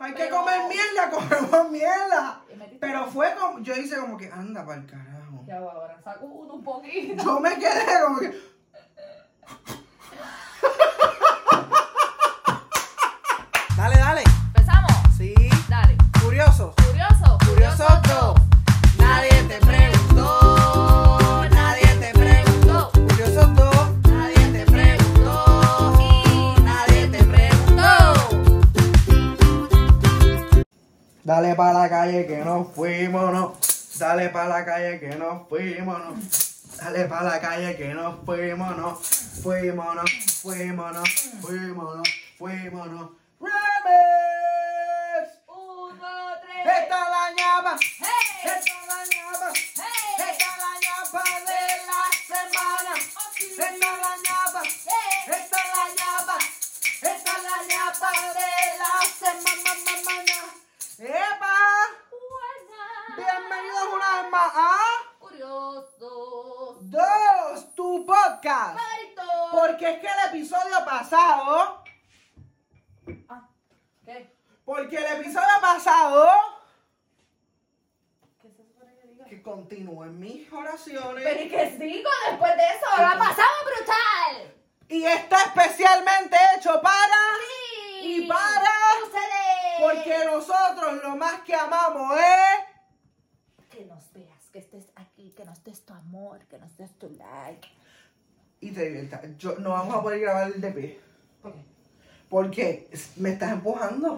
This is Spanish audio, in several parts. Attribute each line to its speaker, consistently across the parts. Speaker 1: hay que comer mierda, comemos mierda. Pero fue como, yo hice como que, anda para el carajo.
Speaker 2: Ya va, ahora sacudo un poquito.
Speaker 1: Yo me quedé como que,
Speaker 3: Dale, dale.
Speaker 2: Empezamos.
Speaker 3: Sí.
Speaker 2: Dale.
Speaker 3: Curioso.
Speaker 2: Curioso.
Speaker 3: Curioso dos. Nadie te preguntó. Nadie te preguntó. Curioso dos. Nadie te preguntó. Nadie te preguntó.
Speaker 1: dale para la calle que nos fuimos, no. Dale para la calle que nos fuimos, no. Dale para la calle que nos fuimos, no. Fuimos, no. Fuimos, no. Fuimos, no. Fuimos, no. ¡Remes!
Speaker 2: Uno, tres.
Speaker 1: ¡Esta es la ñapa!
Speaker 2: ¡Hey!
Speaker 1: ¡Esta es la ñapa!
Speaker 2: ¡Hey!
Speaker 1: ¡Esta es la ñapa de la semana! ¡Esta es la ñapa!
Speaker 2: ¡Hey!
Speaker 1: ¡Esta es la ñapa! ¡Esta es la ñapa de la semana! ¡Epa!
Speaker 2: Buena.
Speaker 1: Bienvenidos una vez más a
Speaker 2: Curioso.
Speaker 1: Dos, tu podcast.
Speaker 2: Favorito.
Speaker 1: Porque es que el episodio pasado,
Speaker 2: Ah, ¿qué?
Speaker 1: porque el episodio pasado,
Speaker 2: ¿Qué se supone que diga?
Speaker 1: que continúen mis
Speaker 2: Pero ¿y
Speaker 1: oraciones,
Speaker 2: qué digo después de eso? ¡Ahora pasamos brutal!
Speaker 1: y está especialmente hecho para...
Speaker 2: Sí.
Speaker 1: Y para-
Speaker 2: ¡Ustedes!
Speaker 1: Porque nosotros lo más que amamos es.
Speaker 2: Que nos veas, que estés aquí, que nos des tu amor, que nos des tu like.
Speaker 1: Y te divierta. Yo, no vamos a poder grabar el de pie.
Speaker 2: ¿Por qué?
Speaker 1: Porque me estás empujando.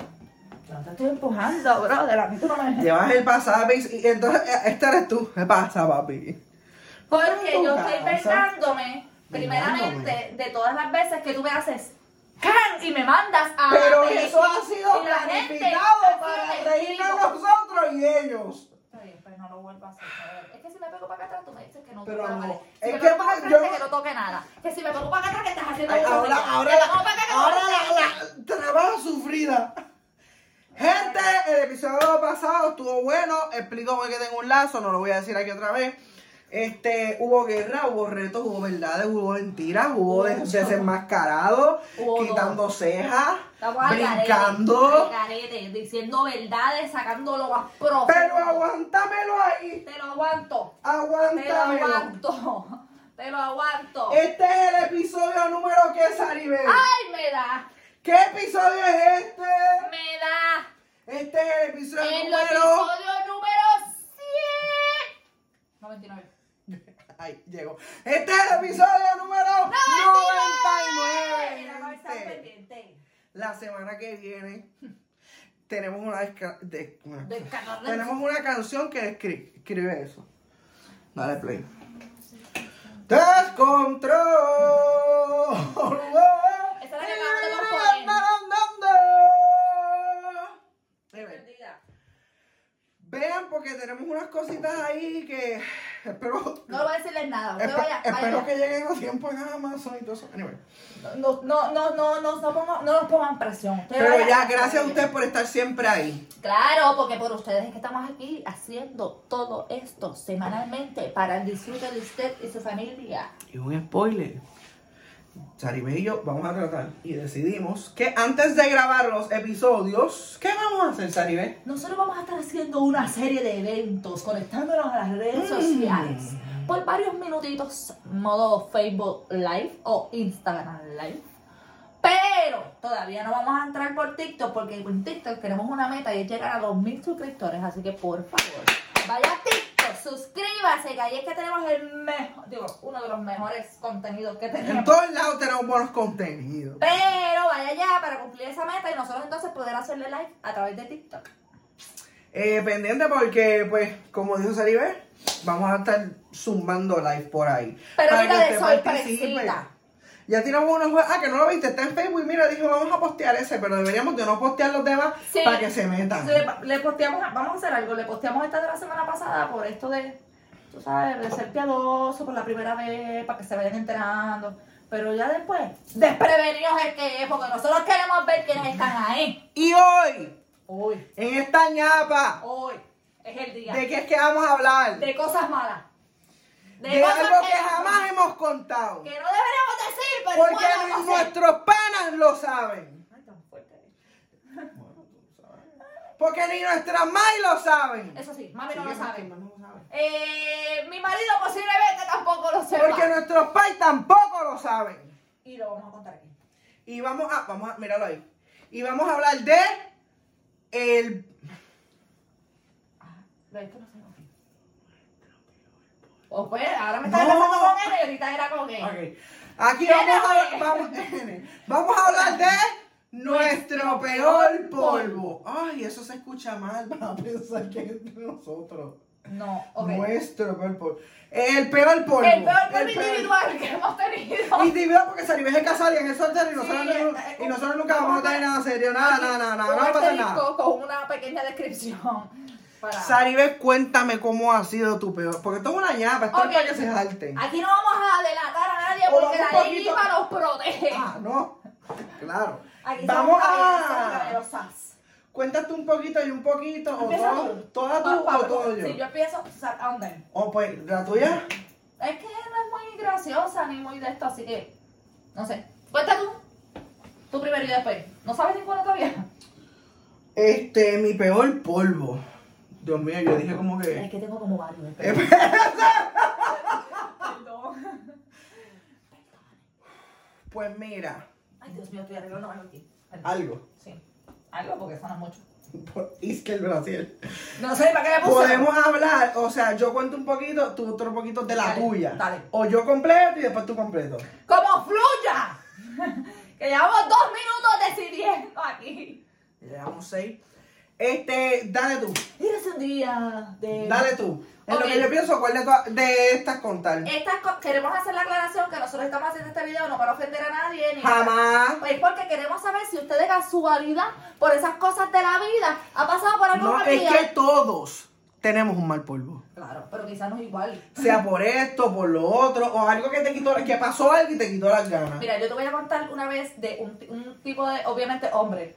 Speaker 2: Yo no te estoy empujando, brother. A mí tú no me
Speaker 1: Llevas el pasapi y entonces eh, este eres tú. ¿Qué pasa, papi?
Speaker 2: Porque yo estoy
Speaker 1: Venganza.
Speaker 2: pensándome, primeramente, de todas las veces que tú me haces ¡can! y me mandas a.
Speaker 1: Pero
Speaker 2: a-
Speaker 1: eso ha sido
Speaker 2: Ah, y la gente
Speaker 1: planificado
Speaker 2: hace
Speaker 1: para
Speaker 2: el
Speaker 1: reírnos
Speaker 2: vivo.
Speaker 1: nosotros y ellos.
Speaker 2: Está bien, pues no lo vuelvo a hacer. cabrón. Es que si me pego para acá atrás, tú me dices que no
Speaker 1: Pero
Speaker 2: toque
Speaker 1: no.
Speaker 2: nada.
Speaker 1: Es
Speaker 2: Si me
Speaker 1: que
Speaker 2: pego para
Speaker 1: yo-
Speaker 2: acá atrás, que no toque nada. Que si me pego para acá atrás, que estás haciendo.
Speaker 1: Ay,
Speaker 2: algo
Speaker 1: ahora,
Speaker 2: conmigo.
Speaker 1: ahora,
Speaker 2: Que
Speaker 1: la,
Speaker 2: me pongo para acá, que no
Speaker 1: ahora
Speaker 2: toque
Speaker 1: la,
Speaker 2: nada.
Speaker 1: la trabaja sufrida. Gente, el episodio pasado estuvo bueno. Explico por qué tengo un lazo, no lo voy a decir aquí otra vez. Este, hubo guerra, hubo retos, hubo verdades, hubo mentiras, hubo des- desenmascarados,
Speaker 2: Hubo todo.
Speaker 1: quitando cejas,
Speaker 2: Estamos al garete, al
Speaker 1: brincando.
Speaker 2: garete, diciendo verdades, sacándolo más profundo.
Speaker 1: Pero aguántamelo ahí,
Speaker 2: Te lo aguanto. Te lo
Speaker 1: aguántamelo.
Speaker 2: aguanto. Te lo aguanto.
Speaker 1: Este es el episodio número que salí.
Speaker 2: ¡Ay, me da!
Speaker 1: ¿Qué episodio es este?
Speaker 2: ¡Me da!
Speaker 1: Este es el episodio
Speaker 2: El
Speaker 1: número.
Speaker 2: episodio número 100. No, 29.
Speaker 1: Ay, llegó. Este es el episodio número 99.
Speaker 2: Mira, no estás
Speaker 1: gente.
Speaker 2: pendiente.
Speaker 1: La semana que viene tenemos una, desca- de- una-
Speaker 2: Descarga-
Speaker 1: tenemos una canción que escri- escribe eso. Dale play. Descontrol.
Speaker 2: Esa es la que acabamos
Speaker 1: Miren,
Speaker 2: Perdida.
Speaker 1: Vean porque tenemos unas cositas ahí que espero
Speaker 2: No voy a decirles nada. usted
Speaker 1: Espe-
Speaker 2: vaya,
Speaker 1: espero
Speaker 2: vaya.
Speaker 1: que lleguen a tiempo en Amazon y todo eso. Anyway.
Speaker 2: No, no, no, no, no, no, pongan- no nos pongan presión. Usted
Speaker 1: Pero
Speaker 2: vaya.
Speaker 1: ya, gracias a usted por estar siempre ahí.
Speaker 2: Claro, porque por ustedes es que estamos aquí haciendo todo esto semanalmente para el disfrute de usted y su familia.
Speaker 1: Y un spoiler. Saribé y yo vamos a tratar y decidimos que antes de grabar los episodios, ¿qué vamos a hacer, Saribé?
Speaker 2: Nosotros vamos a estar haciendo una serie de eventos, conectándonos a las redes sociales por varios minutitos, modo Facebook Live o Instagram Live. Pero todavía no vamos a entrar por TikTok porque en TikTok tenemos una meta y es llegar a 2.000 suscriptores. Así que por favor, vaya a TikTok, suscríbase, que ahí es que tenemos el mejor, digo, uno de los mejores contenidos que tenemos.
Speaker 1: En todos lados tenemos buenos contenidos.
Speaker 2: Pero vaya allá para cumplir esa meta y nosotros entonces poder hacerle live a través de TikTok.
Speaker 1: Eh, pendiente porque, pues, como dijo Saribé, vamos a estar zumbando live por ahí.
Speaker 2: Pero
Speaker 1: Para
Speaker 2: mira,
Speaker 1: que usted
Speaker 2: de sorpresita.
Speaker 1: participe. Ya tiramos unos juegos. Ah, que no lo viste, está en Facebook. y Mira, dije, vamos a postear ese, pero deberíamos de no postear los demás
Speaker 2: Sí.
Speaker 1: para que se metan.
Speaker 2: Le, le posteamos, vamos a hacer algo, le posteamos esta de la semana pasada por esto de, tú sabes, de ser piadoso por la primera vez, para que se vayan enterando. Pero ya después, desprevenidos es que es, porque nosotros queremos ver quiénes están ahí.
Speaker 1: Y hoy,
Speaker 2: Hoy,
Speaker 1: en esta ñapa,
Speaker 2: hoy es el día.
Speaker 1: ¿de
Speaker 2: De,
Speaker 1: qué es que vamos a hablar? De,
Speaker 2: cosas malas. De,
Speaker 1: algo que jamás hemos contado.
Speaker 2: Que no deberíamos decir, pero
Speaker 1: Porque
Speaker 2: bueno, vamos a hacer.
Speaker 1: nuestros panas lo saben.
Speaker 2: Ay, tan fuerte.
Speaker 1: Porque ni nuestras más lo saben.
Speaker 2: Eso sí, mami no
Speaker 1: Sí,
Speaker 2: lo
Speaker 1: es
Speaker 2: sabe.
Speaker 1: que más no lo saben.
Speaker 2: Eh, mi marido posiblemente tampoco lo sepa.
Speaker 1: Porque nuestros pais tampoco lo saben.
Speaker 2: Y lo vamos a contar aquí.
Speaker 1: Y vamos a, vamos a, míralo ahí. Y vamos a hablar de el
Speaker 2: Ah, Pero esto no se nota. O pues, ahora me
Speaker 1: No.
Speaker 2: estás pasando con él y ahorita era con él.
Speaker 1: Ok. Aquí
Speaker 2: Nene,
Speaker 1: vamos a,
Speaker 2: oye.
Speaker 1: vamos, vamos a hablar de nuestro peor polvo. Ay, eso se escucha mal. Van a pensar que es de nosotros.
Speaker 2: No, ok.
Speaker 1: Nuestro peor polvo. El peor polvo.
Speaker 2: el peor polvo
Speaker 1: El peor-
Speaker 2: individual que hemos tenido.
Speaker 1: Individual porque Saribé es el casado y en el soltero y nosotros,
Speaker 2: Sí,
Speaker 1: nu-
Speaker 2: eh,
Speaker 1: y nosotros nunca vamos a tener nada serio. Nada, nada, nada, nada.
Speaker 2: Con
Speaker 1: No va a pasar
Speaker 2: este
Speaker 1: nada.
Speaker 2: disco, Con una pequeña descripción. Para...
Speaker 1: Saribé, cuéntame cómo ha sido tu peor. Porque esto es una ñapa, esto
Speaker 2: Ok.
Speaker 1: es para que se salte.
Speaker 2: Aquí no vamos a delatar a nadie
Speaker 1: O vamos
Speaker 2: porque la
Speaker 1: un
Speaker 2: ley
Speaker 1: poquito-
Speaker 2: misma nos protege.
Speaker 1: Ah, no. Claro.
Speaker 2: Aquí
Speaker 1: Vamos
Speaker 2: somos caballeros, somos
Speaker 1: a.
Speaker 2: caballeros sas.
Speaker 1: Cuéntate un poquito y un poquito, o
Speaker 2: Empieza
Speaker 1: todo,
Speaker 2: tú.
Speaker 1: toda tú
Speaker 2: Pa- pa-
Speaker 1: o todo yo.
Speaker 2: Si yo empiezo, sa- ¿a dónde?
Speaker 1: O pues, la tuya.
Speaker 2: Es que no es muy graciosa ni muy de esto, así que. No sé. Cuenta tú. Tú primero y después. ¿No sabes ninguna todavía?
Speaker 1: Este, mi peor polvo. Dios mío, yo dije como que.
Speaker 2: Es que tengo como varios. Perdón.
Speaker 1: Pues mira,
Speaker 2: Ay, Dios mío, estoy arreglando algo aquí. Perdón.
Speaker 1: algo.
Speaker 2: Sí. Algo porque suena mucho.
Speaker 1: Por Iskel Brasil.
Speaker 2: No sé, ¿para qué me puse?
Speaker 1: Podemos hablar, o sea, yo cuento un poquito, tú otro poquito de la
Speaker 2: Dale,
Speaker 1: tuya.
Speaker 2: dale.
Speaker 1: O yo completo y después tú completo.
Speaker 2: ¡Como fluya! que llevamos dos minutos decidiendo aquí.
Speaker 1: Llevamos seis. Este, dale tú,
Speaker 2: Eres un día de.
Speaker 1: dale tú. En
Speaker 2: Eh, Ok.
Speaker 1: lo
Speaker 2: Eh,
Speaker 1: que yo pienso, ¿cuál de, todas- de estas contar?
Speaker 2: Estas co- queremos hacer la aclaración que nosotros estamos haciendo este video no para ofender a nadie ni
Speaker 1: Jamás.
Speaker 2: Pues porque queremos saber si usted de casualidad, por esas cosas de la vida, ha pasado por algo
Speaker 1: No, es que todos tenemos un mal polvo.
Speaker 2: Claro, pero quizás no es igual.
Speaker 1: sea por esto, por lo otro, o algo que te quitó, que pasó algo y te quitó las ganas.
Speaker 2: Mira, yo te voy a contar una vez de un, ti- un tipo de, obviamente, hombre.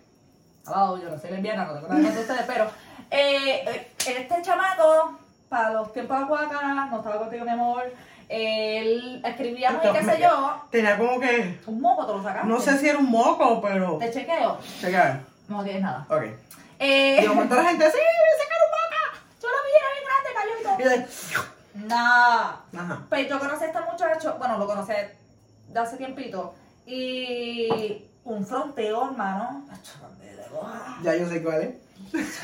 Speaker 2: Oh, yo no soy lesbiana, no tengo nada contra ustedes, pero eh, eh, este chamaco, para los tiempos de Aguaca, no estaba contigo, mi amor, él escribía y qué sé yo,
Speaker 1: Tenía como que,
Speaker 2: un moco te lo sacaste.
Speaker 1: no sé si era un moco, pero...
Speaker 2: Te chequeo,
Speaker 1: Checar,
Speaker 2: no tienes nada.
Speaker 1: ok.
Speaker 2: Eh,
Speaker 1: Y de momento la gente, sí,
Speaker 2: sacaron vaca. Yo lo vi, era bien grande, cayó y todo.
Speaker 1: y de-
Speaker 2: Nah.
Speaker 1: Ajá.
Speaker 2: Pues yo conocí a este muchacho, bueno, lo conocí de hace tiempito. Y un fronteo, hermano. Acho, grande de boa,
Speaker 1: Ya yo sé cuál es.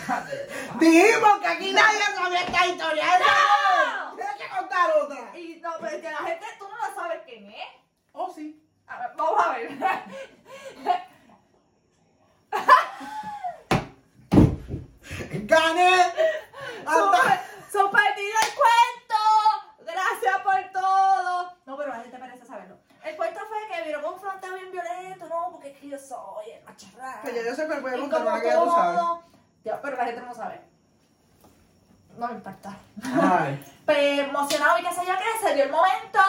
Speaker 2: grande de boa.
Speaker 1: Dijimos que aquí nadie sabía esta historia. ¿eh?
Speaker 2: ¡No!
Speaker 1: Tienes que contar otra.
Speaker 2: Y no, pero es que la gente, tú no la sabes quién es.
Speaker 1: Oh, sí.
Speaker 2: A ver, vamos a ver.
Speaker 1: ¡Gané!
Speaker 2: Super,
Speaker 1: Hasta...
Speaker 2: perdido el cuento. Gracias por todo. No, pero la gente merece saberlo. El cuento fue que vieron un fronteo bien violento, no, porque es que yo soy el macharrado.
Speaker 1: Pues ya yo sé cuál voy a
Speaker 2: Y
Speaker 1: contar,
Speaker 2: como
Speaker 1: una que ya tú sabes.
Speaker 2: todo- Ya, pero la gente no sabe. No me impacta.
Speaker 1: Ay.
Speaker 2: Pero emocionado y qué sé yo qué, se dio el momento.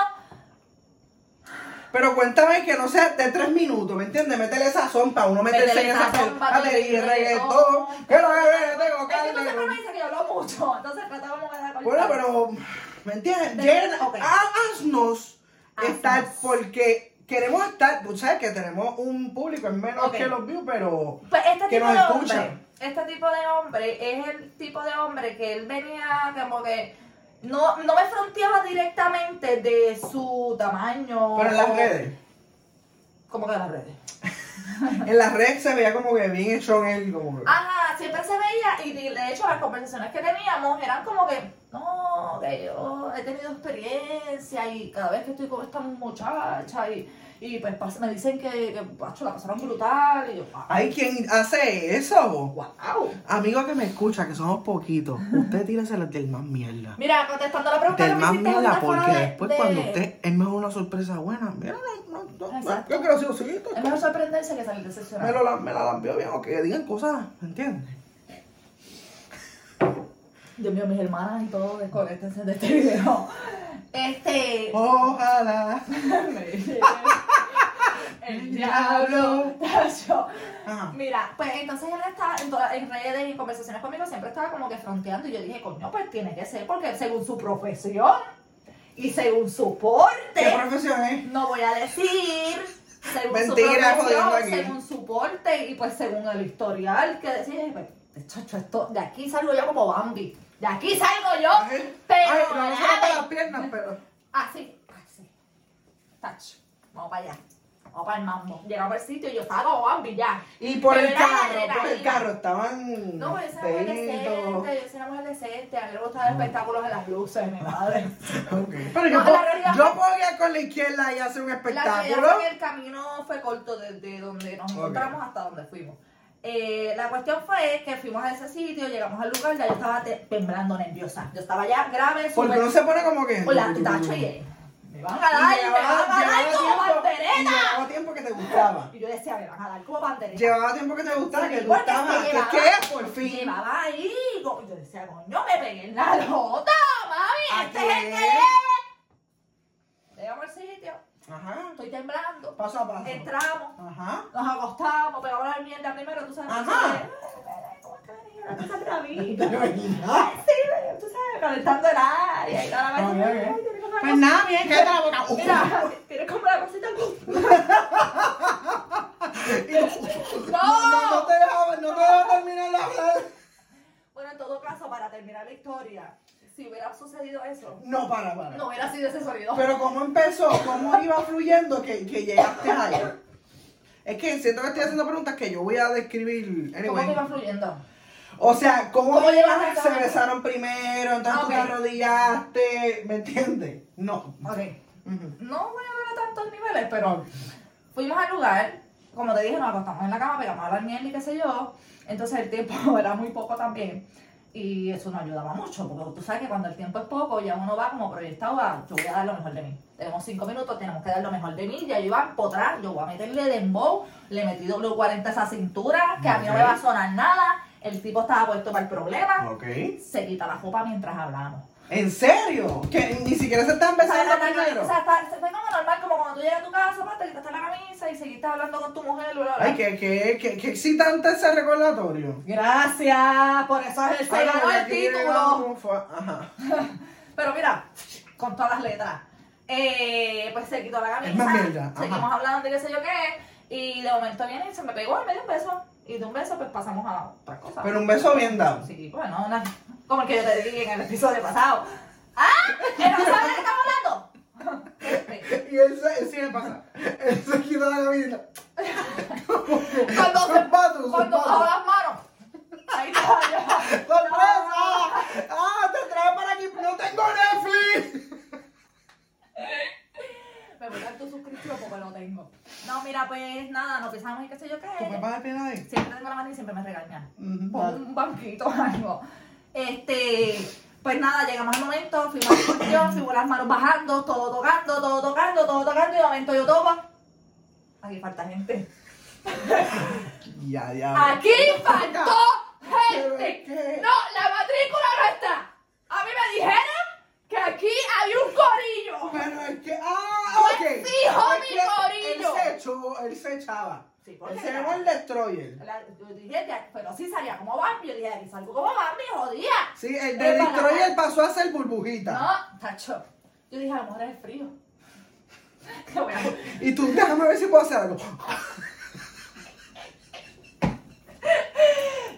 Speaker 1: Pero cuéntame que no sea de tres minutos, ¿me entiendes? Métele sazón para uno meterse en
Speaker 2: Métele
Speaker 1: esa
Speaker 2: sazón,
Speaker 1: batería y
Speaker 2: batería,
Speaker 1: reggaetón.
Speaker 2: reggaetón.
Speaker 1: Que lo que viene, tengo
Speaker 2: Es que entonces
Speaker 1: carne.
Speaker 2: Bruno dice que yo hablo mucho, entonces pues, tratábamos de dar
Speaker 1: Bueno, pero, ¿me entiendes?
Speaker 2: Pero,
Speaker 1: Llena-
Speaker 2: ok.
Speaker 1: há- Haznos
Speaker 2: Haznos.
Speaker 1: estar porque queremos estar, tú sabes que tenemos un público, es menos
Speaker 2: Ok.
Speaker 1: que los views, pero
Speaker 2: Pues este
Speaker 1: que
Speaker 2: tipo
Speaker 1: nos
Speaker 2: de hombre,
Speaker 1: escuchan.
Speaker 2: este tipo de hombre es el tipo de hombre que él venía como que no, no me fronteaba directamente de su tamaño.
Speaker 1: Pero en las redes,
Speaker 2: Como que en las redes.
Speaker 1: en las redes se veía como que bien hecho él, como que...
Speaker 2: Ajá, siempre se veía y de de hecho las conversaciones que teníamos eran como que, no, que yo he tenido experiencia y cada vez que estoy con esta muchacha y, y pues pas- me dicen que, que macho, la pasaron brutal y yo, "Ah,
Speaker 1: Hay quien hace eso.
Speaker 2: wow.
Speaker 1: Amigo que me escucha, que somos poquitos, usted tírese las del más mierda.
Speaker 2: Mira, contestando la pregunta
Speaker 1: Del
Speaker 2: que me
Speaker 1: más
Speaker 2: hiciste
Speaker 1: mierda,
Speaker 2: ahorita
Speaker 1: porque
Speaker 2: fuera de-
Speaker 1: después
Speaker 2: de-
Speaker 1: cuando usted es mejor una sorpresa buena, mira, no, no, no,
Speaker 2: Exacto.
Speaker 1: qué graciosito.
Speaker 2: Es mejor sorprenderse que salir decepcionado.
Speaker 1: pues, Me, lo, la- me la lampió bien, o que digan cosas, ¿me entiendes?
Speaker 2: Dios mío, mis hermanas y todo, desconectense de este video. Este...
Speaker 1: Ojalá.
Speaker 2: el diablo. Yo-
Speaker 1: Ajá.
Speaker 2: Mira, pues entonces él estaba en, todas- en redes y conversaciones conmigo, siempre estaba como que fronteando. Y yo dije, coño, pues tiene que ser, porque según su profesión y según su
Speaker 1: ¿Qué
Speaker 2: porte,
Speaker 1: profesión es?
Speaker 2: no voy a decir. Según
Speaker 1: Mentira,
Speaker 2: su
Speaker 1: jodiendo
Speaker 2: profesión,
Speaker 1: aquí.
Speaker 2: según su porte y pues según el historial que decía, pues, Chacho, esto, de aquí salgo yo como Bambi. De aquí salgo yo,
Speaker 1: Ay,
Speaker 2: pero.
Speaker 1: ay, no me
Speaker 2: nada.
Speaker 1: saltan las piernas, pero.
Speaker 2: Así, así. Tacho, vamos para allá. Vamos para el mambo. Llegamos al sitio y yo estaba como Bambi ya.
Speaker 1: Y por
Speaker 2: Pero
Speaker 1: el
Speaker 2: era
Speaker 1: carro, por el
Speaker 2: adrenalina.
Speaker 1: carro estaban.
Speaker 2: No, pero yo soy una
Speaker 1: peditos.
Speaker 2: mujer decente, yo soy una mujer decente, a mí me gustan los
Speaker 1: Ah.
Speaker 2: espectáculos de las luces, mi madre.
Speaker 1: Pero yo,
Speaker 2: No,
Speaker 1: puedo,
Speaker 2: la realidad-
Speaker 1: yo puedo ir con la izquierda y hacer un
Speaker 2: La
Speaker 1: espectáculo.
Speaker 2: realidad es que el camino fue corto desde donde nos
Speaker 1: Ok.
Speaker 2: encontramos hasta donde fuimos. Eh, la cuestión fue que fuimos a ese sitio, llegamos al lugar, ya yo estaba te- temblando nerviosa. Yo estaba ya grave,
Speaker 1: Porque
Speaker 2: súper...
Speaker 1: no se pone como que.
Speaker 2: Hola, tacho, y eh, me van a
Speaker 1: Y
Speaker 2: dar, me
Speaker 1: llevaba-
Speaker 2: van a dar
Speaker 1: llevaba
Speaker 2: como
Speaker 1: tiempo- y
Speaker 2: bandereta.
Speaker 1: llevaba tiempo que te gustaba.
Speaker 2: Y yo decía, me van a dar como bandereta.
Speaker 1: Llevaba tiempo que te gustaba, que te
Speaker 2: Porque
Speaker 1: gustaba.
Speaker 2: me
Speaker 1: Que es
Speaker 2: llevaba-
Speaker 1: que es por fin.
Speaker 2: Llevaba ahí, co- y yo decía, coño, me pegué en la lota,
Speaker 1: ¿A
Speaker 2: mami, este es el
Speaker 1: qué?
Speaker 2: que es. Llegamos al sitio,
Speaker 1: Ajá.
Speaker 2: estoy temblando,
Speaker 1: Paso a paso.
Speaker 2: entramos.
Speaker 1: Ajá.
Speaker 2: Nos acostamos, pegamos la mierda primero, tú sabes.
Speaker 1: Ajá.
Speaker 2: ¿Cómo estás, nena? ¿Tú estás bravita? Ay, sí, pero tú sabes, calentando el área y toda la vaina.
Speaker 1: Ok, ok.
Speaker 2: Ay, tiene como una
Speaker 1: Ah, Pues nada, bien, quédate la boca.
Speaker 2: cosita- Mira, tiene como la cosita.
Speaker 1: No, no,
Speaker 2: ¡No!
Speaker 1: no te dejaba, no te dejaba terminar de hablar.
Speaker 2: Bueno, en todo caso, para terminar la historia, si hubiera sucedido eso,
Speaker 1: No, para, para.
Speaker 2: no hubiera sido ese sonido.
Speaker 1: Pero cómo empezó, cómo iba fluyendo que, que llegaste allá. Es que siento que estoy haciendo preguntas que yo voy a describir.
Speaker 2: ¿Cómo
Speaker 1: Anyway.
Speaker 2: que iba fluyendo?
Speaker 1: O sea, ¿cómo,
Speaker 2: ¿Cómo llegaste
Speaker 1: llegaste?
Speaker 2: hasta
Speaker 1: Se
Speaker 2: acá?
Speaker 1: besaron primero, entonces tú te
Speaker 2: Ok.
Speaker 1: arrodillaste, ¿me entiendes? No.
Speaker 2: Ok.
Speaker 1: Ujú.
Speaker 2: No voy a ver a tantos niveles, pero fuimos al lugar, como te dije, nos acostamos en la cama, pegamos a la miel y qué sé yo. Entonces el tiempo era muy poco también. Y eso no ayudaba mucho, porque tú sabes que cuando el tiempo es poco, ya uno va como proyectado a, yo voy a dar lo mejor de mí. Tenemos cinco minutos, tenemos que dar lo mejor de mí. Ya yo iba a empotrar, yo voy a meterle dembow, le metí W40 a esa cintura, que a mí no me va a sonar nada. El tipo estaba puesto para el problema.
Speaker 1: Ok.
Speaker 2: Se quita la copa mientras hablamos.
Speaker 1: ¿En serio? Que ni siquiera se están
Speaker 2: O sea,
Speaker 1: besando
Speaker 2: normal, O
Speaker 1: primero.
Speaker 2: sea, está- se fue como normal, como cuando tú llegas a tu casa, pa, te quitaste la camisa y seguiste hablando con tu mujer, bla, bla, bla.
Speaker 1: Ay, qué, qué, qué, qué excitante ese recordatorio.
Speaker 2: Gracias, por eso es el
Speaker 1: Ay,
Speaker 2: ganó
Speaker 1: porque
Speaker 2: el
Speaker 1: aquí llegaba
Speaker 2: título.
Speaker 1: como fue- Ajá.
Speaker 2: Pero mira, con todas las letras. Eh, pues se quitó la camisa.
Speaker 1: Es más mierda, ajá.
Speaker 2: Seguimos hablando de qué sé yo qué. Y de momento viene y se me pegó y me dio un beso. Y de un beso, pues pasamos a otra cosa.
Speaker 1: Pero un beso bien dado.
Speaker 2: Sí, bueno, una- como el que yo te di en el episodio pasado. ¡Ah! ¿Que no sabes de qué estamos hablando? Este.
Speaker 1: Y él se, sí me pasa. Él se quita la camisa.
Speaker 2: Cuando se-
Speaker 1: zapatos,
Speaker 2: Cuando Ah, bajo las manos. Ahí estaba yo.
Speaker 1: ¡Sorpresa! ¡Ah! ¡Te trae para aquí! ¡No tengo Netflix!
Speaker 2: Me voy a dar tu suscripción porque lo tengo. No, mira, pues nada, nos pensamos y qué sé yo
Speaker 1: ¿Tu
Speaker 2: qué.
Speaker 1: papá es pena ahí?
Speaker 2: Siempre tengo la mano y siempre me regaña.
Speaker 1: Ujú,
Speaker 2: Pon
Speaker 1: vale.
Speaker 2: un banquito o algo. Este, pues nada, llegamos al momento, fuimos a la cuestión, fuimos las manos bajando, todo tocando, todo tocando, todo tocando, y de momento yo toco. Aquí falta gente.
Speaker 1: Ya, ya.
Speaker 2: Aquí faltó
Speaker 1: ¿Pero
Speaker 2: gente.
Speaker 1: Ah, qué?
Speaker 2: No, la matrícula no está. A mí me dijeron que aquí había un corillo.
Speaker 1: Pero es que. ¡Ah! Ok.
Speaker 2: Pues fijo,
Speaker 1: Es
Speaker 2: mi
Speaker 1: que
Speaker 2: corillo.
Speaker 1: Él se echó, él se echaba.
Speaker 2: Sí, porque
Speaker 1: Él se
Speaker 2: ya-
Speaker 1: llamó el Destroyer.
Speaker 2: La- yo dije, ya, pero sí salía como Bambi. Yo dije, aquí salgo como Bambi, jodía.
Speaker 1: Sí, el de
Speaker 2: Él
Speaker 1: Destroyer pasó a ser burbujita.
Speaker 2: No, tacho. Yo dije, a lo mejor es el frío. Que voy a-
Speaker 1: Y tú, déjame ver si puedo hacer algo.
Speaker 2: Yo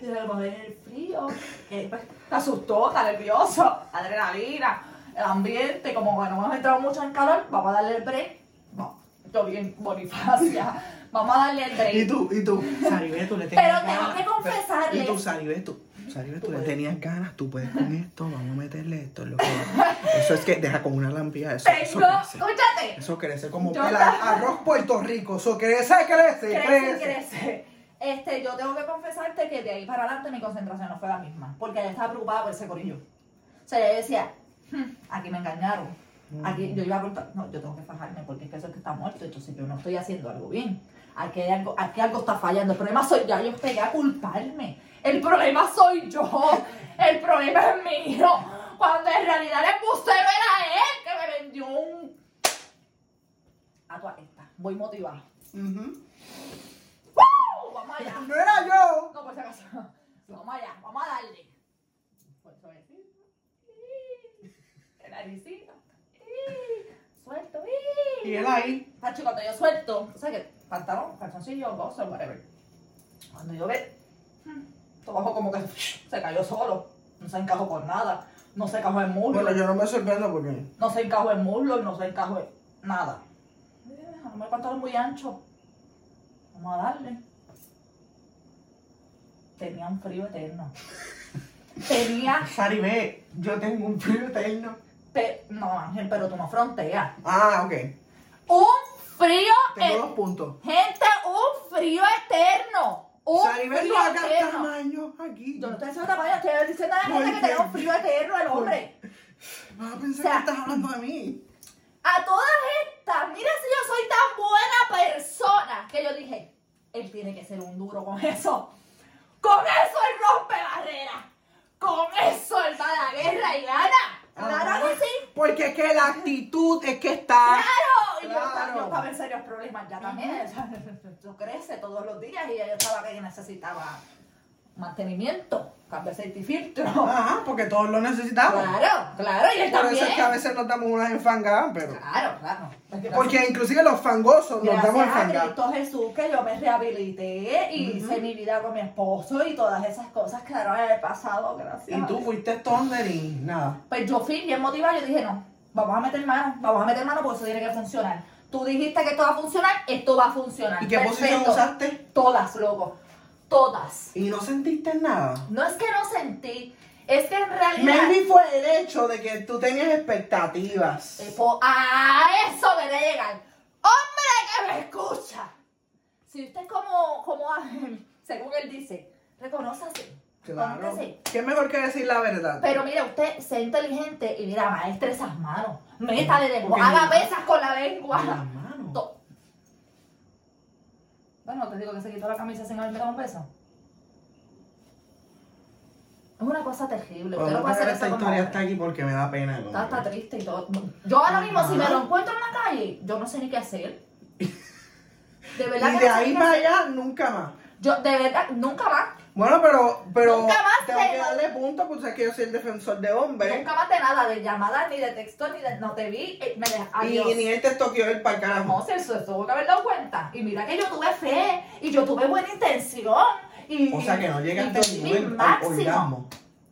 Speaker 2: dije, a lo mejor es el frío. Que pues, te asustó, está nervioso. Adrenalina, el ambiente. Como que no hemos entrado mucho en calor, vamos a darle el break. No, yo bien bonifacia. Vamos a darle el break.
Speaker 1: Y tú, y tú. Saribé, tú le
Speaker 2: Pero tengo que confesarle.
Speaker 1: Y tú, Saribé, tú. Saribé, tú le tenías ganas, tú puedes con esto, vamos a meterle esto. es Lo que... Eso es que deja con una lampilla eso. eso
Speaker 2: Tengo,
Speaker 1: crece.
Speaker 2: escúchate.
Speaker 1: Eso crece como
Speaker 2: Yo-
Speaker 1: el arroz Puerto Rico. Eso crece, crece,
Speaker 2: crece,
Speaker 1: crece.
Speaker 2: crece. Este, yo tengo que confesarte que de ahí para adelante mi concentración no fue la misma, porque ella estaba preocupada por ese corillo. O sea, ella decía, "Hmm, aquí me engañaron. Aquí yo iba a cortar, no, yo tengo que fajarme porque es que eso es que está muerto, entonces yo no estoy haciendo algo bien. Aquí, hay algo, aquí algo está fallando. El problema soy yo, yo pegué a culparme. El problema soy yo. El problema es mío. Cuando en realidad el embustero era él que me vendió un. A tu esta. Voy motivada.
Speaker 1: Ujú.
Speaker 2: ¡Woo! Vamos allá.
Speaker 1: No era yo.
Speaker 2: No, por si acaso. Vamos allá, vamos a darle. Pues suavecito. El naricito. Suelto.
Speaker 1: Y él ahí.
Speaker 2: Pacho, cuando yo suelto, o sea que pantalón, calzoncillo, boxer, whatever. Cuando yo ve, hmm, todo cojo como que se cayó solo. No se encajó con nada. No se encajó en muslo.
Speaker 1: Bueno, yo no me sorprendo porque.
Speaker 2: No se encajó en muslo, no se encajó en nada. Eh, A lo mejor el pantalón es muy ancho. Vamos a darle. Tenía un frío eterno. Tenía.
Speaker 1: Saribé, yo tengo un frío eterno.
Speaker 2: pe- No, Ángel, pero tú no fronteas.
Speaker 1: Ah, ok.
Speaker 2: Un frío
Speaker 1: Tengo
Speaker 2: eterno.
Speaker 1: dos puntos.
Speaker 2: Gente, un frío eterno. Un
Speaker 1: Saribé,
Speaker 2: frío
Speaker 1: tú acá
Speaker 2: eterno.
Speaker 1: tamaño aquí.
Speaker 2: Yo no estoy diciendo tamaño, estoy diciendo a la
Speaker 1: Muy
Speaker 2: gente que tenía un frío eterno el hombre.
Speaker 1: Vas a pensar
Speaker 2: O sea,
Speaker 1: que estás hablando de mí.
Speaker 2: A todas estas, mira si yo soy tan buena persona que yo dije, él tiene que ser un duro con eso. Con eso él rompe barreras. Con eso él va a la guerra y gana. Claro que sí.
Speaker 1: Ah. Porque es que la actitud es que está.
Speaker 2: Claro. Y yo
Speaker 1: Claro.
Speaker 2: estaba- yo estaba en serios problemas ya también. Yo crece todos los días y ya yo estaba que necesitaba mantenimiento, cambiarse aceite y filtro.
Speaker 1: Ajá, porque todos lo necesitamos.
Speaker 2: Claro, claro, y él
Speaker 1: Por eso
Speaker 2: también.
Speaker 1: es que a veces nos damos unas enfangadas, pero.
Speaker 2: Claro, claro.
Speaker 1: Porque inclusive los fangosos nos
Speaker 2: Gracias
Speaker 1: damos
Speaker 2: a
Speaker 1: enfangadas.
Speaker 2: Cristo Jesús que yo me rehabilité y hice mi vida con mi esposo y todas esas cosas quedaron en el pasado, gracias.
Speaker 1: Y tú fuiste Thunder y nada.
Speaker 2: Pues yo fui bien motivada, yo dije, no, vamos a meter mano, vamos a meter mano porque eso tiene que funcionar. Tú dijiste que esto va a funcionar, esto va a funcionar.
Speaker 1: ¿Y qué posición
Speaker 2: Perfecto.
Speaker 1: usaste?
Speaker 2: Todas, loco. Todas.
Speaker 1: Y no sentiste nada.
Speaker 2: No es que no sentí, es que en realidad...
Speaker 1: Maybe fue el hecho de que tú tenías expectativas.
Speaker 2: Eh, po- a eso quería llegar. ¡Hombre que me escucha! Si usted es como, como Ángel, según él dice, reconózase.
Speaker 1: Claro.
Speaker 2: reconózcase.
Speaker 1: ¿Qué mejor que decir la verdad?
Speaker 2: Pero mira, usted sea inteligente y mira, maestre esas manos. Meta de lengua.
Speaker 1: Porque
Speaker 2: Haga
Speaker 1: mira.
Speaker 2: pesas con la
Speaker 1: Con las
Speaker 2: lengua.
Speaker 1: manos.
Speaker 2: To- Bueno, te digo que se quitó la camisa sin haberme dado un beso. Es una cosa terrible. Usted no
Speaker 1: Podemos
Speaker 2: puede hacer
Speaker 1: dejar
Speaker 2: eso
Speaker 1: esta
Speaker 2: como
Speaker 1: historia
Speaker 2: hombre.
Speaker 1: hasta aquí porque me da pena.
Speaker 2: Está,
Speaker 1: conmigo.
Speaker 2: está triste y todo. Yo ahora mismo, si me lo encuentro en la calle, yo no sé ni qué hacer. De verdad
Speaker 1: Y
Speaker 2: que
Speaker 1: de
Speaker 2: no sé ni
Speaker 1: ahí
Speaker 2: qué
Speaker 1: para
Speaker 2: hacer.
Speaker 1: allá, nunca más.
Speaker 2: Yo, de verdad, nunca más.
Speaker 1: Bueno, pero, pero
Speaker 2: Nunca más
Speaker 1: tengo
Speaker 2: te-
Speaker 1: que darle punto, pues es que yo soy el defensor de hombres.
Speaker 2: Nunca más de nada, de llamadas, ni de texto, ni de. No te vi, eh, me dej-
Speaker 1: Y
Speaker 2: adiós.
Speaker 1: ni él te toqueó el para
Speaker 2: No, se se tuvo que haber dado cuenta. Y mira que yo tuve fe, y yo tuve buena intención. Y,
Speaker 1: O sea que no
Speaker 2: y
Speaker 1: llegaste
Speaker 2: yo
Speaker 1: al
Speaker 2: di mi
Speaker 1: nivel al
Speaker 2: máximo.
Speaker 1: orgasmo.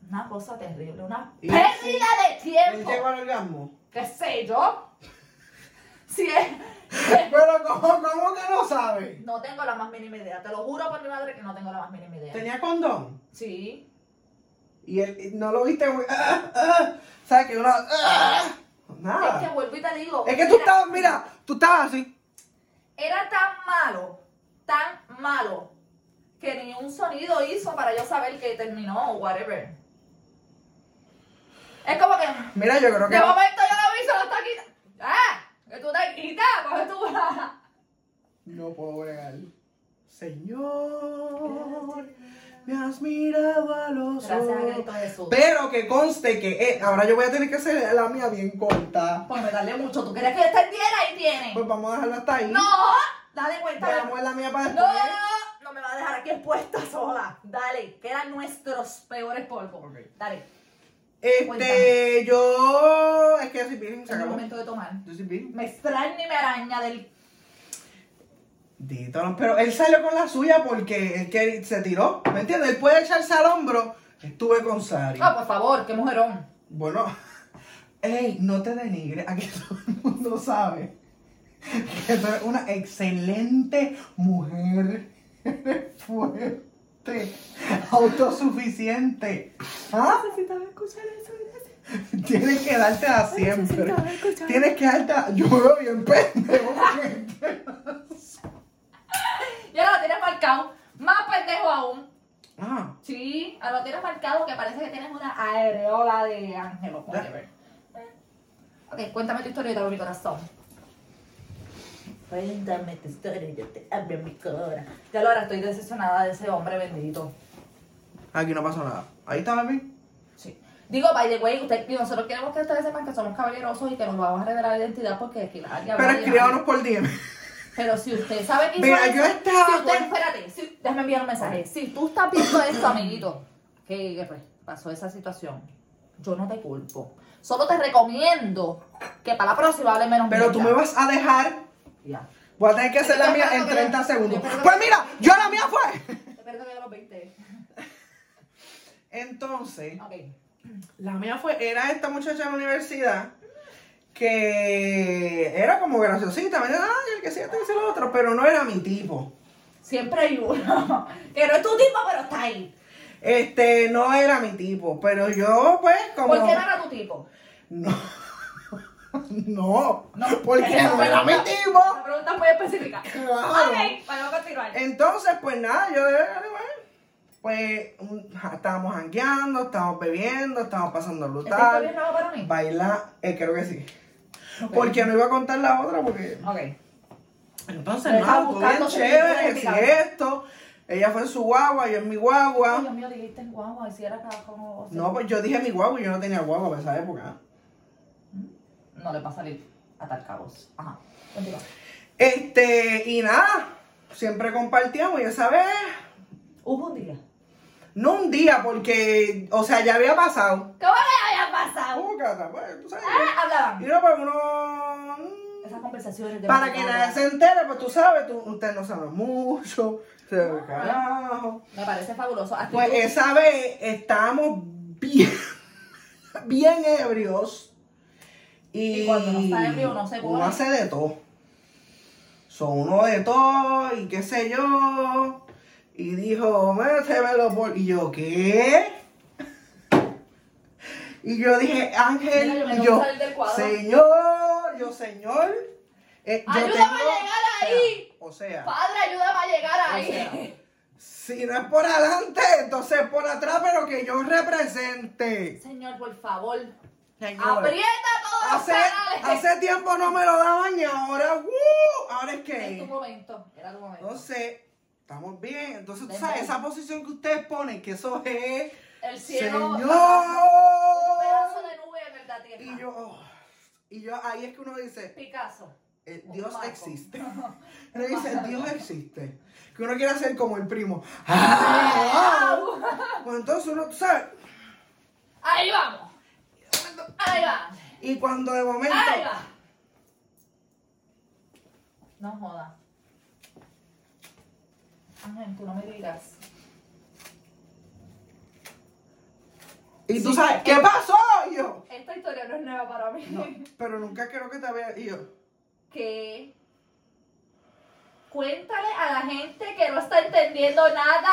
Speaker 2: Una cosa terrible, una
Speaker 1: Y-
Speaker 2: pérdida de
Speaker 1: Él
Speaker 2: tiempo.
Speaker 1: llegó al orgasmo.
Speaker 2: ¿Qué sé yo? Si es.
Speaker 1: Pero ¿cómo, cómo que no sabe?
Speaker 2: No tengo la más mínima idea. Te lo juro por mi madre que no tengo la más mínima idea.
Speaker 1: Tenía condón.
Speaker 2: Sí.
Speaker 1: Y él y no lo viste muy... ah, ah, ¿Sabes que uno... ah,
Speaker 2: Es que
Speaker 1: nada.
Speaker 2: vuelvo y te digo.
Speaker 1: Es que tú
Speaker 2: era-
Speaker 1: estabas, mira, tú estabas así.
Speaker 2: Era tan malo, tan malo, que ni un sonido hizo para yo saber que terminó o whatever. Es como que.
Speaker 1: Mira, yo creo que...
Speaker 2: De momento yo lo vi, se lo está quitando. ¡Ah! Que tú te quitas, coge tu bala.
Speaker 1: No puedo bregar. Señor, me has mirado a los
Speaker 2: Gracias a
Speaker 1: ojos.
Speaker 2: Cristo Jesús.
Speaker 1: Pero que conste que eh, ahora yo voy a tener que hacer la mía bien corta.
Speaker 2: Pues me darle mucho. ¿Tú querías que yo extendiera? y tiene.
Speaker 1: Pues vamos a dejarla hasta ahí.
Speaker 2: ¡No! Dale cuenta. mi amor.
Speaker 1: Veamos la mía para
Speaker 2: No, no,
Speaker 1: después.
Speaker 2: no, no me va a dejar aquí expuesta sola. Dale, quedan nuestros peores polvos.
Speaker 1: Ok.
Speaker 2: Dale,
Speaker 1: Este,
Speaker 2: Cuéntame.
Speaker 1: yo. Es que yo soy virgen,
Speaker 2: es
Speaker 1: se
Speaker 2: el
Speaker 1: acabó.
Speaker 2: momento de tomar.
Speaker 1: Yo soy virgen.
Speaker 2: Me extraña y me araña del.
Speaker 1: Dito, no, pero él salió con la suya porque es que se tiró. ¿Me entiendes? Él puede echarse al hombro. Estuve con Sari.
Speaker 2: Ah, por favor, qué mujerón.
Speaker 1: Bueno, ey, no te denigres, aquí todo el mundo sabe que tú eres una excelente mujer, Eres fuerte, autosuficiente. ¿Ah?
Speaker 2: Necesitaba escuchar eso, gracias.
Speaker 1: Tienes que darte a siempre.
Speaker 2: necesitaba escuchar.
Speaker 1: Tienes que darte a... Yo me veo bien pendejo. porque-
Speaker 2: Y ahora lo tienes marcado. Más pendejo aún.
Speaker 1: Ah,
Speaker 2: Sí, ahora lo tienes marcado que parece que tienes una areola de ángel o whatever. Eh. Ok, cuéntame tu historia y te abro mi corazón. Cuéntame tu historia y yo te abro mi corazón. Ya lo ahora estoy decepcionada de ese hombre bendito.
Speaker 1: aquí no pasó nada. Ahí está, baby.
Speaker 2: Sí. Digo, by the way, usted, y nosotros queremos que ustedes sepan que somos caballerosos y que nos vamos a revelar la identidad porque aquí la área
Speaker 1: Pero
Speaker 2: va a
Speaker 1: escríbanos
Speaker 2: llegar.
Speaker 1: por DM.
Speaker 2: Pero si usted sabe que
Speaker 1: Mira, yo estaba
Speaker 2: Si usted,
Speaker 1: con-
Speaker 2: espérate, si- déjame enviar un mensaje. Si tú estás viendo esto, amiguito, que que, pues, pasó esa situación, yo no te culpo. Solo te recomiendo que para la próxima hable menos
Speaker 1: Pero tú me
Speaker 2: mierda.
Speaker 1: vas a dejar...
Speaker 2: Ya.
Speaker 1: Voy a tener que hacer la mía en 30 segundos. Pues mira, yo la mía fue...
Speaker 2: Te pierdo que yo los 20.
Speaker 1: Entonces,
Speaker 2: Ok.
Speaker 1: la mía fue, era esta muchacha en la universidad que era como graciosita, me decía, ay, el que sí, este dice lo otro, pero no era mi tipo.
Speaker 2: Siempre hay uno. Que no es tu tipo, pero está ahí.
Speaker 1: Este, no era mi tipo, pero yo, pues, como.
Speaker 2: ¿Por qué no era tu tipo?
Speaker 1: No. no.
Speaker 2: No.
Speaker 1: Porque no era mi tipo.
Speaker 2: La pregunta es muy específica.
Speaker 1: Claro.
Speaker 2: Ok, para continuar.
Speaker 1: Entonces, pues nada, yo eh, bueno, pues un- ja, estábamos jangueando, estábamos bebiendo, estábamos pasando
Speaker 2: ¿Esta historia es
Speaker 1: brutal.
Speaker 2: nueva para mí?
Speaker 1: Bailar, eh, creo que sí.
Speaker 2: Ok.
Speaker 1: Porque no iba a contar la otra porque.
Speaker 2: Ok.
Speaker 1: Entonces,
Speaker 2: Pero
Speaker 1: nada,
Speaker 2: estaba
Speaker 1: estuvo bien
Speaker 2: buscando
Speaker 1: chévere,
Speaker 2: seguir
Speaker 1: si
Speaker 2: identificando.
Speaker 1: esto. Ella fue en su guagua, yo en mi
Speaker 2: Ay,
Speaker 1: guagua.
Speaker 2: Dios mío, dijiste en guagua, si era cada uno. o sea,
Speaker 1: Ah. No, pues yo dije mi guagua y yo no tenía guagua para esa época.
Speaker 2: No le va a salir atar cabos. Ajá. Continúa.
Speaker 1: Este, y nada, siempre compartíamos y esa vez,
Speaker 2: Hubo un día.
Speaker 1: no un día porque, o sea, ya había pasado.
Speaker 2: ¿Cómo le había pasado?
Speaker 1: Uh, cata, pues, tú sabes.
Speaker 2: Ah,
Speaker 1: Y
Speaker 2: hablaban.
Speaker 1: no, pues uno... mm,
Speaker 2: Esas conversaciones de
Speaker 1: Para que nadie se entere, pues tú sabes, tú, usted no sabe mucho, se
Speaker 2: Ah.
Speaker 1: ve carajo.
Speaker 2: Me parece fabuloso. Actitud.
Speaker 1: Pues esa vez estábamos bien, bien ebrios. Y,
Speaker 2: Y cuando uno está ebrio, uno se pone.
Speaker 1: Uno hace de todo. Son uno de todo y qué sé yo. Y dijo, este métemelo por. Y yo, ¿qué? Y yo dije,
Speaker 2: Mira,
Speaker 1: Ángel,
Speaker 2: yo me
Speaker 1: y
Speaker 2: tengo
Speaker 1: yo,
Speaker 2: que salir del cuadro.
Speaker 1: Señor, yo, Señor. eh, yo
Speaker 2: Ayúdame a llegar ahí.
Speaker 1: O sea,
Speaker 2: Padre, ayúdame a llegar ahí.
Speaker 1: si no es por adelante, entonces es por atrás, pero que yo represente.
Speaker 2: Señor, por favor.
Speaker 1: Señor.
Speaker 2: Aprieta todos
Speaker 1: Hace,
Speaker 2: los canales.
Speaker 1: hace tiempo no me lo daban y ahora, ¡uh! ahora es
Speaker 2: Es tu
Speaker 1: que.
Speaker 2: momento. Era tu momento.
Speaker 1: Entonces, estamos bien. Entonces, tú
Speaker 2: De
Speaker 1: sabes,
Speaker 2: nuevo.
Speaker 1: esa posición que ustedes ponen, que eso es.
Speaker 2: El cielo.
Speaker 1: ¡Señor!
Speaker 2: Un pedazo de nube en la tierra.
Speaker 1: Y yo, oh, y yo, ahí es que uno dice,
Speaker 2: Picasso.
Speaker 1: eh,
Speaker 2: Un
Speaker 1: Dios
Speaker 2: marco.
Speaker 1: existe. Uno dice, Dios existe. Que uno quiere hacer como el primo. ¡Ah! Pues entonces uno, tú sabes,
Speaker 2: Ahí vamos. Ahí va.
Speaker 1: y cuando de momento.
Speaker 2: Ahí va. No joda. Ángel, tú no me digas.
Speaker 1: Y tú
Speaker 2: Sí. Eh.
Speaker 1: sabes, ¿qué pasó? Y yo,
Speaker 2: Esta historia no es nueva para mí.
Speaker 1: no, pero nunca creo que te vea. Y yo,
Speaker 2: que cuéntale a la gente que no está entendiendo nada.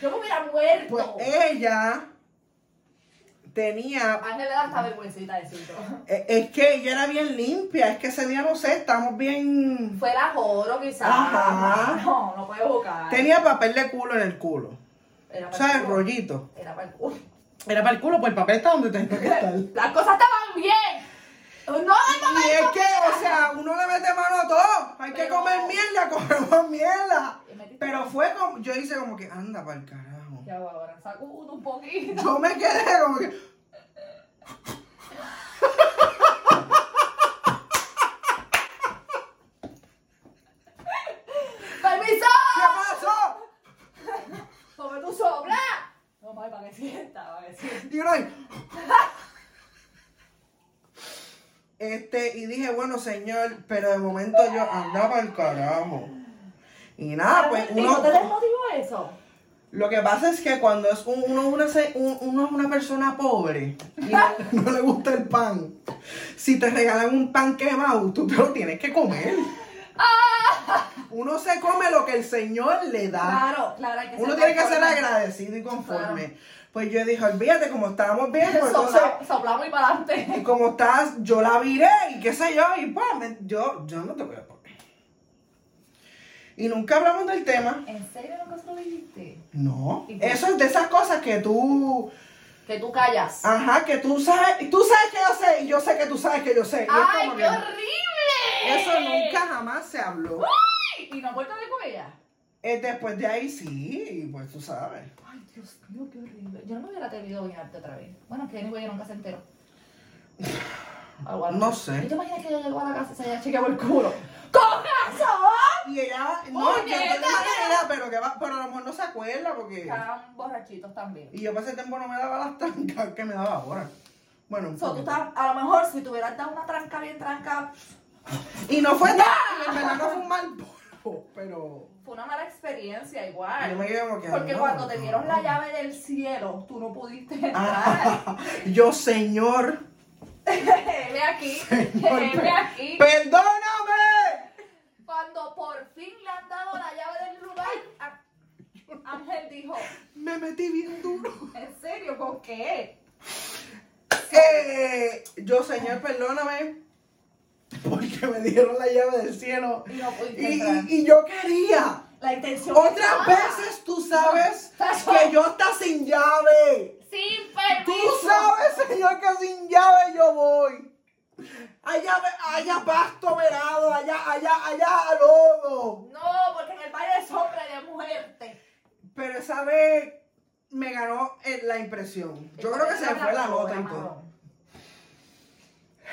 Speaker 2: Yo me hubiera muerto.
Speaker 1: pues ella tenía
Speaker 2: Ángel le da hasta vergüencita decirlo.
Speaker 1: Eh, Es que ella era bien limpia, es que ese día no sé, estamos bien.
Speaker 2: Fuera joro quizás.
Speaker 1: Ajá.
Speaker 2: No, no puedo buscar.
Speaker 1: Tenía papel de culo en el culo.
Speaker 2: Era
Speaker 1: O
Speaker 2: para
Speaker 1: sea,
Speaker 2: el
Speaker 1: el
Speaker 2: culo.
Speaker 1: rollito.
Speaker 2: Era para el culo.
Speaker 1: Era para el culo, pues el papel está donde tenía que estar. Y
Speaker 2: Las cosas estaban bien. No, no,
Speaker 1: es que, o sea, uno le mete mano a todo. Hay que
Speaker 2: Pero-
Speaker 1: comer mierda, comemos mierda. Pero fue como, yo hice como que, anda para el carajo.
Speaker 2: Ya va, ahora sacudo un poquito.
Speaker 1: Yo me quedé como que.
Speaker 2: ¡Permiso!
Speaker 1: ¿Qué pasó?
Speaker 2: ¡Come tu sobra! No, mal, para que sienta, para que sienta.
Speaker 1: Y uno ahí. Este, y dije, bueno, señor, pero de momento yo andaba el carajo. Y nada, pues
Speaker 2: ¿Y
Speaker 1: uno.
Speaker 2: no te desmotivó eso?
Speaker 1: Lo que pasa es que cuando es un- uno, una, se- un- uno es una persona pobre y no, no le gusta el pan, si te regalan un pan quemado, tú te lo tienes que comer. Uno se come lo que el Señor le da.
Speaker 2: Claro, claro, hay que
Speaker 1: Ah. Uno
Speaker 2: ser
Speaker 1: tiene que ser
Speaker 2: conforme.
Speaker 1: agradecido y conforme. Pues yo dije, olvídate, como estábamos bien, pues entonces,
Speaker 2: Sopla- Soplamos y para
Speaker 1: y
Speaker 2: adelante.
Speaker 1: como estás, yo la viré y qué sé yo, y pues, me- yo, yo no te voy a poner. Y nunca hablamos del tema.
Speaker 2: ¿En serio nunca se lo dijiste?
Speaker 1: No.
Speaker 2: ¿Y qué?
Speaker 1: Eso es de esas cosas que tú,
Speaker 2: Que tú callas.
Speaker 1: ajá, que tú sabes, y tú sabes que yo sé, y yo sé que tú sabes que yo sé. Y es
Speaker 2: ¡Ay,
Speaker 1: como
Speaker 2: qué
Speaker 1: que-
Speaker 2: horrible!
Speaker 1: Eso nunca jamás se habló.
Speaker 2: ¡Ay! ¿Y no has vuelto a hablar con ella?
Speaker 1: Eh, después de ahí sí, pues tú sabes.
Speaker 2: Ay, Dios mío, qué horrible. Yo no me hubiera atrevido a bañarte otra vez. Bueno, que anyway, nunca se enteró. Algo así.
Speaker 1: No sé.
Speaker 2: ¿Y te imaginas que ella llegó a la casa y se haya chequeado el culo? ¡Con razón!
Speaker 1: Y ella, no, yo no
Speaker 2: Puñeta.
Speaker 1: tengo manera, pero que va, pero a lo mejor no se acuerda porque.
Speaker 2: Estaban borrachitos también.
Speaker 1: Y yo para ese tiempo no me daba las trancas que me daba ahora. Bueno, un
Speaker 2: So, tú
Speaker 1: poquito.
Speaker 2: estás- a lo mejor si te hubieras dado una tranca bien tranca,
Speaker 1: Y no fue tan. En verdad no fue un mal polvo. tiempo, pero.
Speaker 2: Fue una mala experiencia igual.
Speaker 1: Yo me quedé como que,
Speaker 2: Porque
Speaker 1: no,
Speaker 2: cuando te dieron la
Speaker 1: no.
Speaker 2: llave del cielo, tú no pudiste entrar.
Speaker 1: Ah, yo, señor.
Speaker 2: Ve aquí, ve aquí.
Speaker 1: ¡Perdóname!
Speaker 2: Cuando por fin le han dado la llave del lugar, a- Ángel dijo,
Speaker 1: Me metí bien duro.
Speaker 2: ¿en serio? ¿Con qué?
Speaker 1: Eh, yo, señor, perdóname. Porque me dieron la llave del cielo.
Speaker 2: Y no
Speaker 1: Y,
Speaker 2: pudiste entrar.
Speaker 1: y- y yo quería.
Speaker 2: la intención
Speaker 1: Otras
Speaker 2: estaba.
Speaker 1: veces tú sabes
Speaker 2: No.
Speaker 1: que yo está sin llave.
Speaker 2: Sin permiso.
Speaker 1: Tú sabes, señor, que sin llave yo voy. Allá, ve- allá pasto verado, allá, allá, allá lodo.
Speaker 2: No, porque en el baile es hombre de muerte.
Speaker 1: Pero esa vez me ganó eh, la impresión. Yo creo que se fue la nota y todo.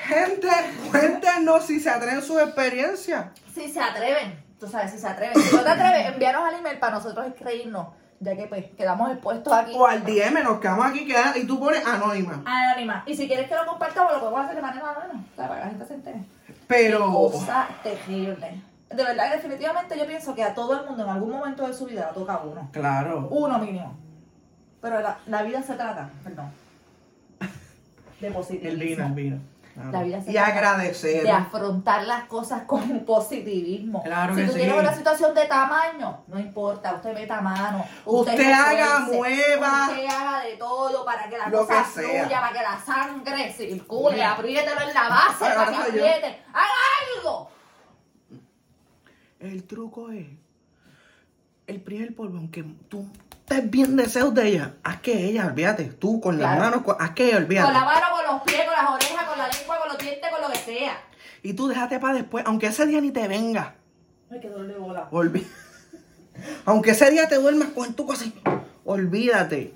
Speaker 1: Gente, cuéntenos si se atreven sus experiencias.
Speaker 2: Si se atreven, tú sabes, si se atreven. Si no te atreves, envíanos al email para nosotros escribirnos, ya que pues quedamos expuestos aquí.
Speaker 1: O al DM, nos quedamos aquí queda- y tú pones anónima.
Speaker 2: Anónima. Y si quieres que lo compartamos, lo podemos hacer de manera anónima, o sea, para que la gente se entere.
Speaker 1: Pero.
Speaker 2: Cosa terrible. De verdad que definitivamente yo pienso que a todo el mundo en algún momento de su vida le toca uno.
Speaker 1: Claro.
Speaker 2: Uno mínimo. Pero la, la vida se trata, perdón. De positivismo.
Speaker 1: El vino, el vino. Claro.
Speaker 2: La vida se
Speaker 1: y
Speaker 2: trata
Speaker 1: agradecer.
Speaker 2: de afrontar las cosas con positivismo.
Speaker 1: Claro
Speaker 2: si
Speaker 1: que
Speaker 2: tú
Speaker 1: sí.
Speaker 2: tienes una situación de tamaño, no importa, usted meta mano.
Speaker 1: Usted haga, mueva.
Speaker 2: Usted haga de todo para que la
Speaker 1: Lo
Speaker 2: cosa
Speaker 1: que sea.
Speaker 2: fluya, para que la sangre circule,
Speaker 1: Sí.
Speaker 2: apriételo en la base,
Speaker 1: Ahora
Speaker 2: para que
Speaker 1: soy yo.
Speaker 2: apriete. ¡Haga algo!
Speaker 1: El truco es. El primer polvo, aunque tú estés bien deseos de ella, haz que ella, olvídate. Tú con las
Speaker 2: Claro.
Speaker 1: manos, con- haz que ella, olvídate.
Speaker 2: Con la mano, con los pies, con las orejas, con la lengua, con los dientes, con lo que sea.
Speaker 1: Y tú déjate para después, aunque ese día ni te venga.
Speaker 2: Ay, qué dolor de bola.
Speaker 1: Olví- Aunque ese día te duermas con tu cosa, olvídate.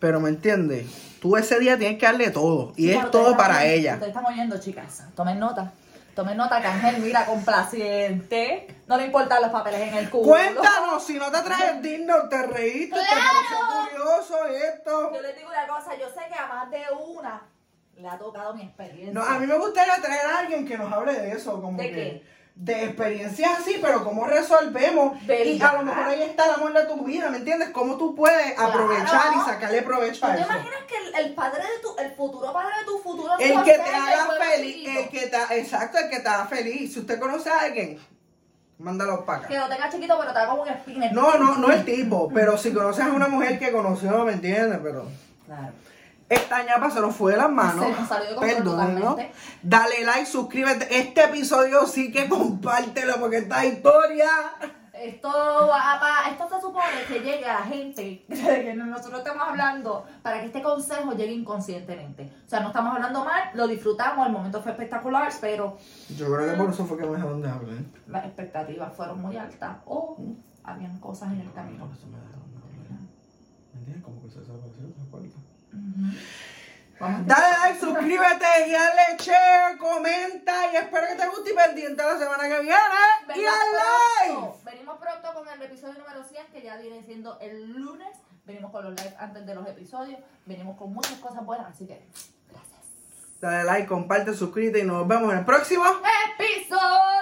Speaker 1: Pero me entiendes, tú ese día tienes que darle todo. Y es todo para ella.
Speaker 2: Ustedes están oyendo, chicas. Tomen nota. Tomen nota que Ángel mira complaciente. No le importan los papeles en el culo.
Speaker 1: Cuéntanos, si no te traes digno, te reíste,
Speaker 2: ¡Claro!
Speaker 1: te pareció curioso esto.
Speaker 2: Yo les digo una cosa, yo sé que a más de una le ha tocado mi experiencia.
Speaker 1: No, a mí me gustaría traer a alguien que nos hable de eso, como
Speaker 2: ¿De
Speaker 1: que
Speaker 2: qué?
Speaker 1: de experiencias así, pero cómo resolvemos. Y
Speaker 2: ¿Verdad?
Speaker 1: a lo mejor ahí está el amor de tu vida, ¿me entiendes? Cómo tú puedes aprovechar y sacarle provecho
Speaker 2: ¿Tú
Speaker 1: a
Speaker 2: te
Speaker 1: eso.
Speaker 2: imaginas que el, el padre de tu, el futuro padre de tu futuro
Speaker 1: El
Speaker 2: esposo
Speaker 1: que
Speaker 2: es
Speaker 1: te
Speaker 2: el
Speaker 1: haga
Speaker 2: pueblo
Speaker 1: feliz,
Speaker 2: chiquito?
Speaker 1: el que te, exacto, el que te haga feliz. Si usted conoce a alguien, mándalo para
Speaker 2: Que
Speaker 1: acá.
Speaker 2: lo tenga chiquito, pero te haga como un spinner.
Speaker 1: No, no, no el tipo, pero si conoces a una mujer que conoció, ¿me entiendes? Pero
Speaker 2: Claro.
Speaker 1: esta ñapa se nos fue de las manos.
Speaker 2: Se nos salió de control
Speaker 1: Perdón.
Speaker 2: totalmente.
Speaker 1: Dale like, suscríbete. Este episodio sí que compártelo porque esta historia.
Speaker 2: Esto, va pa- esto se supone que llegue a la gente de que nosotros estamos hablando para que este consejo llegue inconscientemente. O sea, no estamos hablando mal, lo disfrutamos, el momento fue espectacular, pero
Speaker 1: Yo creo que por eso fue que me dejaron de hablar.
Speaker 2: las expectativas fueron muy altas o habían cosas en el camino.
Speaker 1: ¿Me entiendes? Como que se desapareció, ¿te acuerdas?
Speaker 2: Ujú. Vamos a
Speaker 1: Dale like, suscríbete y dale share, comenta y espero que te guste y pendiente la semana que viene. Y
Speaker 2: Venimos
Speaker 1: al live.
Speaker 2: pronto, Venimos pronto con el episodio número 100, que ya viene siendo el lunes. Venimos con los live antes de los episodios. Venimos con muchas cosas buenas, así que gracias.
Speaker 1: Dale like, comparte, suscríbete y nos vemos en el próximo.
Speaker 2: ¡Episodio!